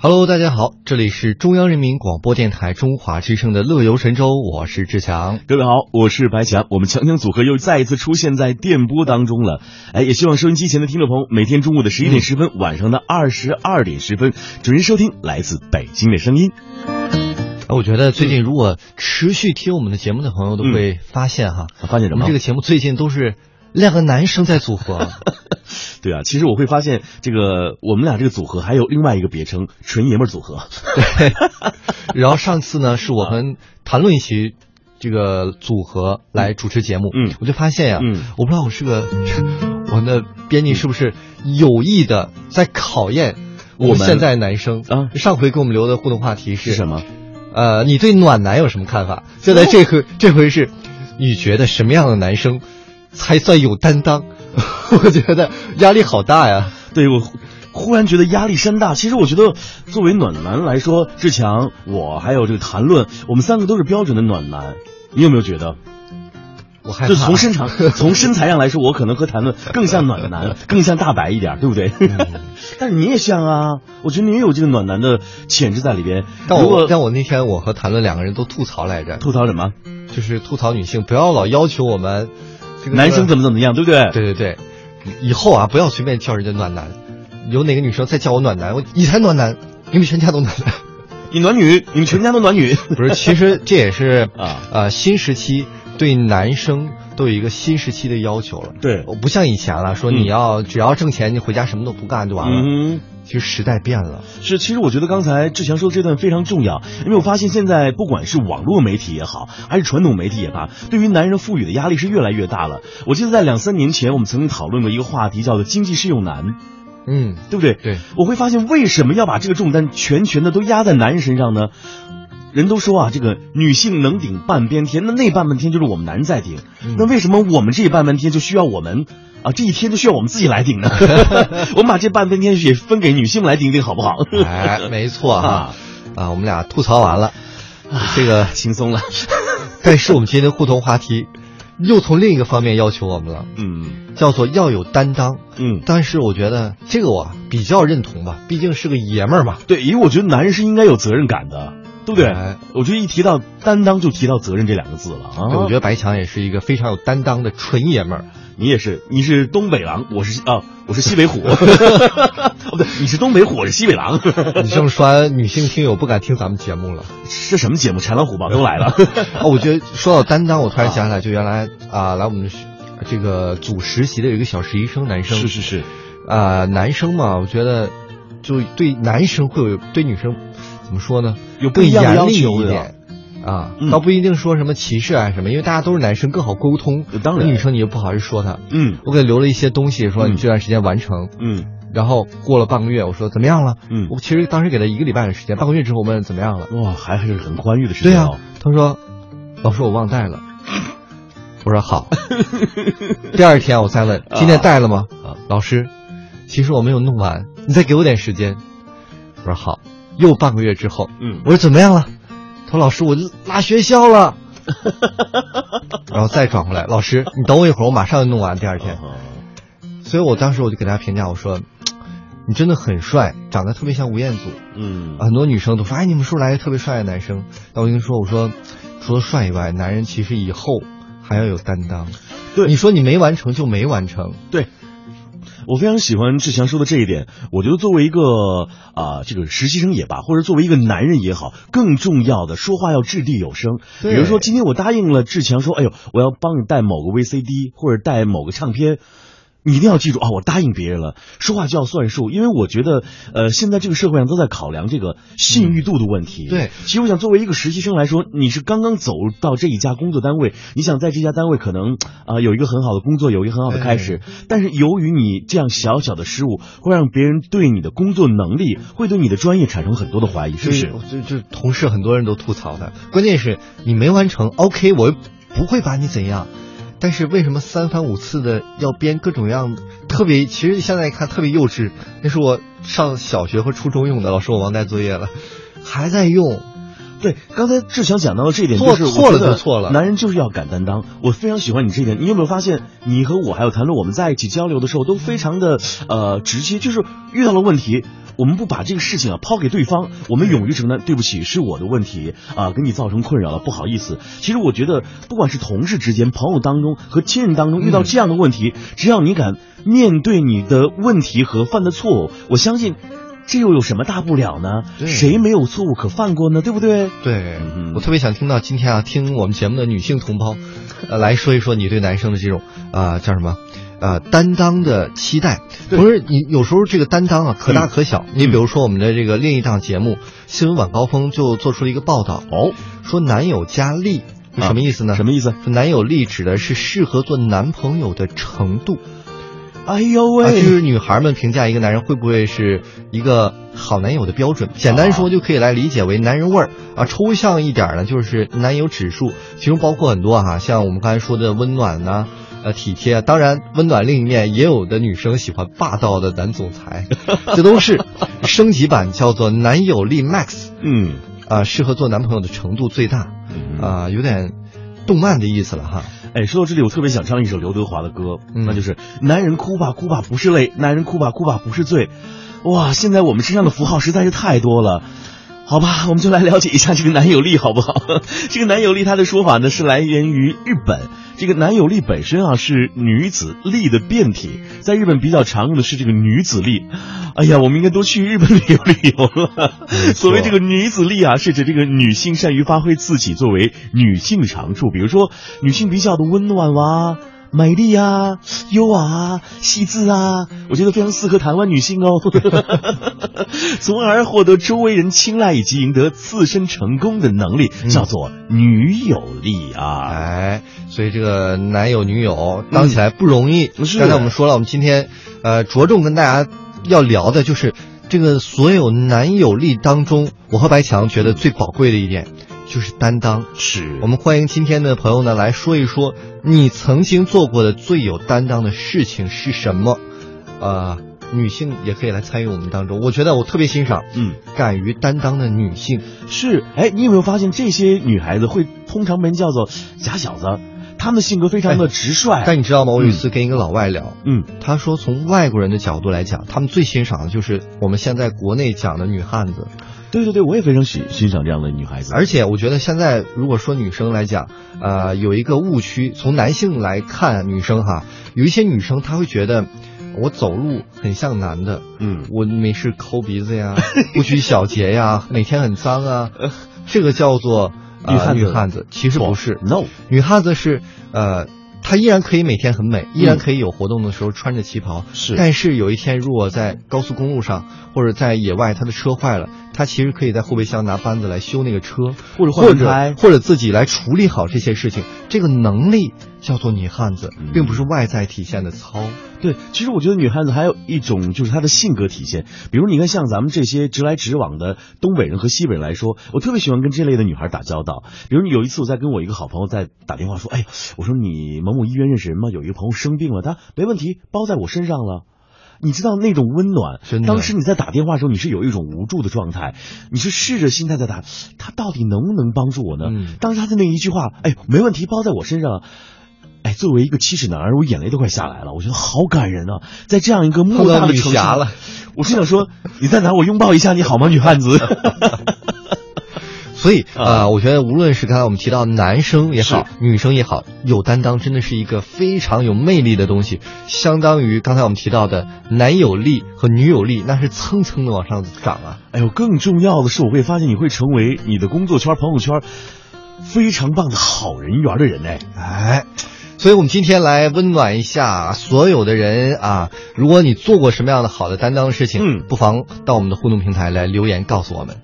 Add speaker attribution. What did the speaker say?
Speaker 1: Hello，大家好，这里是中央人民广播电台中华之声的《乐游神州》，我是志强。
Speaker 2: 各位好，我是白强，我们强强组合又再一次出现在电波当中了。哎，也希望收音机前的听众朋友，每天中午的十
Speaker 1: 嗯
Speaker 2: 一点十分，晚上的二十二点十分，准时收听来自北京的声音。
Speaker 1: 哎，我觉得最近如果持续听我们的节目的朋友都会发现哈，
Speaker 2: 啊发
Speaker 1: 我
Speaker 2: 现嗯什
Speaker 1: 们
Speaker 2: 么
Speaker 1: 这？个节目最近都是两个男生在组合，
Speaker 2: 对啊，其实我会发现这个我们俩这个组合还有另外一个别称“纯爷们儿组合
Speaker 1: 然后上次呢是我们谈论一起这个组合来主持节目，
Speaker 2: 嗯
Speaker 1: 我就发现呀、
Speaker 2: 嗯
Speaker 1: 我不知道我是个我的编辑是不是有意的在考验我
Speaker 2: 我
Speaker 1: 们
Speaker 2: 们
Speaker 1: 现在男生
Speaker 2: 啊
Speaker 1: 上回给我们留的互动话题”
Speaker 2: 是什么？哦
Speaker 1: 呃，你对暖男有什么看法？就在这回，这回是，你觉得什么样的男生才算有担当？ 我觉得压力好大呀。
Speaker 2: 对我忽。忽然觉得压力山大。其实我觉得，作为暖男来说，志强、我还有这个谭论，我们三个都是标准的暖男。你有没有觉得？
Speaker 1: 我害怕。
Speaker 2: 就从身长、从身材上来说，我可能和谭论更像暖男，更像大白一点，对不 对？但是你也像啊，我觉得你也有这个暖男的潜质在里边。
Speaker 1: 但
Speaker 2: 如
Speaker 1: 我
Speaker 2: 果
Speaker 1: 但我那天我和谭论两个人都吐槽来着，
Speaker 2: 吐槽什么，
Speaker 1: 就是吐槽女性不要老要求我们这个
Speaker 2: 男生怎么怎么样，对不对？
Speaker 1: 对对对，以后啊不要随便叫人家暖男，有哪个女生再叫我暖男，我你才暖男，你们全家都暖男。
Speaker 2: 你暖女，你们全家都 暖女。
Speaker 1: 不是，其实这也 是
Speaker 2: 啊
Speaker 1: 呃新时期对男生都有一个新时期的要求了。
Speaker 2: 对
Speaker 1: 我不像以前了，说
Speaker 2: 嗯
Speaker 1: 你要、只要挣钱，你回家什么都不干就完了。
Speaker 2: 嗯。
Speaker 1: 其实时代变了，
Speaker 2: 是，其实我觉得刚才志强说的这段非常重要，因为我发现现在不管是网络媒体也好，还是传统媒体也罢，对于男人赋予的压力是越来越大了。我记得在两三年前，我们曾经讨论过一个话题，叫做“经济适用男”，
Speaker 1: 嗯，
Speaker 2: 对不对？
Speaker 1: 对，
Speaker 2: 我会发现为什么要把这个重担全权的都压在男人身上呢？人都说啊，这个女性能顶半边天，那那半边天就是我们男人在顶。
Speaker 1: 嗯
Speaker 2: 那为什么我们这半边天就需要我们啊？这一天就需要我们自己 来顶呢？我们把这半边天也分给女性来顶顶，好不好？
Speaker 1: 哎，没错哈
Speaker 2: 啊，
Speaker 1: 啊，我们俩吐槽完了，这个，
Speaker 2: 轻松 了。
Speaker 1: 但是我们今天的互动话题又从另一个方面要求我们了，
Speaker 2: 嗯
Speaker 1: 叫做要有担当。
Speaker 2: 嗯，
Speaker 1: 但是我觉得这个我比较认同吧，毕竟是个爷们儿嘛。
Speaker 2: 对，因为我觉得男人是应该有责任感的，对不对
Speaker 1: 哎？
Speaker 2: 我觉得一提到担当，就提到责任这两个字了啊。
Speaker 1: 对，我觉得白强也是一个非常有担当的纯爷们 儿。
Speaker 2: 你也是，你是东北狼，我是啊，我是西北 虎，哦不对，你是东北虎，我是西北狼，
Speaker 1: 你这么说，女性听友不敢听咱们节目 了。
Speaker 2: 是什么节目？豺狼虎豹都来 了，
Speaker 1: 啊，我觉得说到担当，我突然想起来，就原来啊，来我们学这个组实习的有一个小实习生男生，
Speaker 2: 是是是，
Speaker 1: 啊，男生嘛，我觉得就对男生会有对女生怎么说呢，
Speaker 2: 有不
Speaker 1: 更
Speaker 2: 一样的
Speaker 1: 严
Speaker 2: 要
Speaker 1: 厉
Speaker 2: 求
Speaker 1: 一
Speaker 2: 的
Speaker 1: 点。啊，
Speaker 2: 嗯
Speaker 1: 倒不一定说什么歧视啊什么，因为大家都是男生，更好沟通。
Speaker 2: 呃当然
Speaker 1: 女生你又不好意思说她。
Speaker 2: 嗯
Speaker 1: 我给留了一些东西，说
Speaker 2: 嗯
Speaker 1: 你这段时间完成。
Speaker 2: 嗯
Speaker 1: 然后过了半个月，我说怎么样了？
Speaker 2: 嗯，
Speaker 1: 我其实当时给了一个礼拜的时间，半个月之后我问怎么样了，
Speaker 2: 哇，还还是很宽裕的时
Speaker 1: 对
Speaker 2: 间
Speaker 1: 呀、
Speaker 2: 哦，
Speaker 1: 他说，老师我忘带了，我说 好，第二天我再问今天带了吗？
Speaker 2: 啊
Speaker 1: 老师，其实我没有弄完，你再给我点时间，我说好，又半个月之后，
Speaker 2: 嗯
Speaker 1: 我说怎么样了？他说老师我拉学校 了，然后再转回来，老师你等我一会儿，我马上就弄完，第二天，
Speaker 2: 哦
Speaker 1: 所以我当时我就给大家评价我说，你真的很帅，长得特别像吴彦祖。
Speaker 2: 嗯
Speaker 1: 很多女生都说，哎，你们是不是来一个特别帅的男生？但我跟你说，我说，除了帅以外，男人其实以后还要有担当。
Speaker 2: 对
Speaker 1: 你说你没完成就没完成，
Speaker 2: 对。我非常喜欢志强说的这一点，我觉得作为一个啊、这个实习生也罢，或者作为一个男人也好，更重要的说话要掷地有声。比
Speaker 1: 对
Speaker 2: 如说今天我答应了志强说，哎呦，我要帮你带某个 VCD 或者带某个唱片。你一定要记住啊！我答应别人了，说话就要算数，因为我觉得，呃，现在这个社会上都在考量这个信誉度的问题。
Speaker 1: 嗯对，
Speaker 2: 其实我想，作为一个实习生来说，你是刚刚走到这一家工作单位，你想在这家单位可能啊、有一个很好的工作，有一个很好的开
Speaker 1: 哎
Speaker 2: 始，但是由于你这样小小的失误，会让别人对你的工作能力，会对你的专业产生很多的怀疑，是不是？
Speaker 1: 就就同事很多人都吐槽他，关键是你没完成，OK，我又不会把你怎样。但是为什么三番五次的要编各种各样特别？其实现在看特别幼稚，那是我上小学和初中用的。老师，我忘带作业了，还在用。
Speaker 2: 对，刚才志强讲到的这一点，
Speaker 1: 错
Speaker 2: 就是我
Speaker 1: 错了
Speaker 2: 觉得
Speaker 1: 就错了
Speaker 2: 男人就是要敢担当。我非常喜欢你这一点，你有没有发现，你和我还有谈论我们在一起交流的时候，都非常的呃直接，就是遇到了问题，我们不把这个事情啊抛给对方，我们勇于承担。对不起，是我的问题啊，给你造成困扰了，不好意思。其实我觉得，不管是同事之间、朋友当中和亲人当中
Speaker 1: 嗯
Speaker 2: 遇到这样的问题，只要你敢面对你的问题和犯的错误，我相信。这又有什么大不了呢？
Speaker 1: 对
Speaker 2: 谁没有错误可犯过呢？对不对？
Speaker 1: 对
Speaker 2: 嗯，
Speaker 1: 我特别想听到今天啊，听我们节目的女性同胞，呃，来说一说你对男生的这种啊、呃叫什么？呃，担当的期待，
Speaker 2: 对
Speaker 1: 不是你有时候这个担当啊，可大可小。你
Speaker 2: 嗯
Speaker 1: 比如说我们的这个另一档节目《新闻晚高峰》就做出了一个报道，
Speaker 2: 哦，
Speaker 1: 说男友加力，是什么意思呢？
Speaker 2: 啊什么意思？
Speaker 1: 说男友力指的是适合做男朋友的程度。
Speaker 2: 哎呦
Speaker 1: 啊，就
Speaker 2: 喂！
Speaker 1: 是女孩们评价一个男人会不会是一个好男友的标准，简单说就可以来理解为男人味儿啊。抽象一点呢，就是男友指数，其中包括很多哈、像我们刚才说的温暖呐、呃体贴啊。当然，温暖另一面也有的女生喜欢霸道的男总裁，这都是升级版叫做男友力 Max
Speaker 2: 嗯，
Speaker 1: 啊，适合做男朋友的程度最大
Speaker 2: 嗯
Speaker 1: 啊，有点动漫的意思了哈。
Speaker 2: 哎，说到这里，我特别想唱一首刘德华的歌，
Speaker 1: 嗯
Speaker 2: 那就是“男人哭吧，哭吧不是泪；男人哭吧，哭吧不是罪”。哇，现在我们身上的符号实在是太多了。好吧，我们就来了解一下这个男友力好不 好？这个男友力它的说法呢是来源于日本。这个男友力本身啊是女子力的变体，在日本比较常用的是这个女子力。哎呀，我们应该多去日本旅游旅游了。所谓这个女子力啊，是指这个女性善于发挥自己作为女性长处，比如说女性比较的温暖哇、美丽啊、优雅啊、细致啊，我觉得非常适合台湾女性哦， 从而获得周围人青睐以及赢得自身成功的能力，
Speaker 1: 嗯
Speaker 2: 叫做女友力啊。
Speaker 1: 哎，所以这个男友女友当起来不容易。
Speaker 2: 嗯是
Speaker 1: 刚才我们说了，我们今天呃着重跟大家要聊的就是这个所有男友力当中，我和白强觉得最宝贵的一点就是担当。
Speaker 2: 是
Speaker 1: 我们欢迎今天的朋友呢来说一说你曾经做过的最有担当的事情是什么？呃，女性也可以来参与我们当中，我觉得我特别欣赏
Speaker 2: 嗯，
Speaker 1: 敢于担当的女性。
Speaker 2: 是，哎，你有没有发现这些女孩子会通常被人叫做假小子？她们的性格非常的直率。
Speaker 1: 哎但你知道吗？我有一次跟一个老外聊，
Speaker 2: 嗯，
Speaker 1: 他说，从外国人的角度来讲，他们最欣赏的就是我们现在国内讲的女汉子。
Speaker 2: 对对对，我也非常欣欣赏这样的女孩子。
Speaker 1: 而且，我觉得现在如果说女生来讲，呃，有一个误区，从男性来看女生哈，有一些女生她会觉得。我走路很像男的，
Speaker 2: 嗯，
Speaker 1: 我没事抠鼻子 呀，不拘小节呀，每天很脏啊，这个叫做、呃、
Speaker 2: 女汉子
Speaker 1: 女汉子，其实不是，
Speaker 2: ，no，
Speaker 1: 女汉子是呃，她依然可以每天很美，依然
Speaker 2: 嗯
Speaker 1: 可以有活动的时候穿着旗袍，
Speaker 2: 是
Speaker 1: 但是有一天，如果在高速公路上或者在野外，他的车坏了，他其实可以在后备箱拿扳子来修那个车，
Speaker 2: 或者换
Speaker 1: 或
Speaker 2: 轮
Speaker 1: 者
Speaker 2: 胎
Speaker 1: 或者自己来处理好这些事情。这个能力叫做女汉子
Speaker 2: 嗯，
Speaker 1: 并不是外在体现的糙。
Speaker 2: 对，其实我觉得女汉子还有一种就是她的性格体现，比如你看像咱们这些直来直往的东北人和西北人来说，我特别喜欢跟这类的女孩打交道。比如有一次我在跟我一个好朋友在打电话说，哎，我说你某某医院认识人吗？有一个朋友生病了，他没问题，包在我身上了。你知道那种温暖
Speaker 1: 真，的
Speaker 2: 当时你在打电话的时候，你是有一种无助的状态，你是试着心态在打，他到底能不能帮助我呢？
Speaker 1: 嗯
Speaker 2: 当时他的那一句话，哎，没问题，包在我身上。哎，作为一个七尺男儿，我眼泪都快下来了，我觉得好感人啊！在这样一个
Speaker 1: 碰
Speaker 2: 莫
Speaker 1: 到
Speaker 2: 大的
Speaker 1: 女
Speaker 2: 城市
Speaker 1: 侠了，
Speaker 2: 我是想说，你再拿我拥抱一下你好吗，女汉子？
Speaker 1: 所以
Speaker 2: 啊
Speaker 1: 呃，我觉得无论是刚才我们提到男生也好
Speaker 2: 是，
Speaker 1: 女生也好，有担当真的是一个非常有魅力的东西，相当于刚才我们提到的男友力和女友力，那是蹭蹭的往上涨啊。
Speaker 2: 哎呦，更重要的是，我会发现你会成为你的工作圈、朋友圈非常棒的好人缘的人哎。
Speaker 1: 哎，所以我们今天来温暖一下所有的人啊！如果你做过什么样的好的担当的事情，
Speaker 2: 嗯
Speaker 1: 不妨到我们的互动平台来留言告诉我们。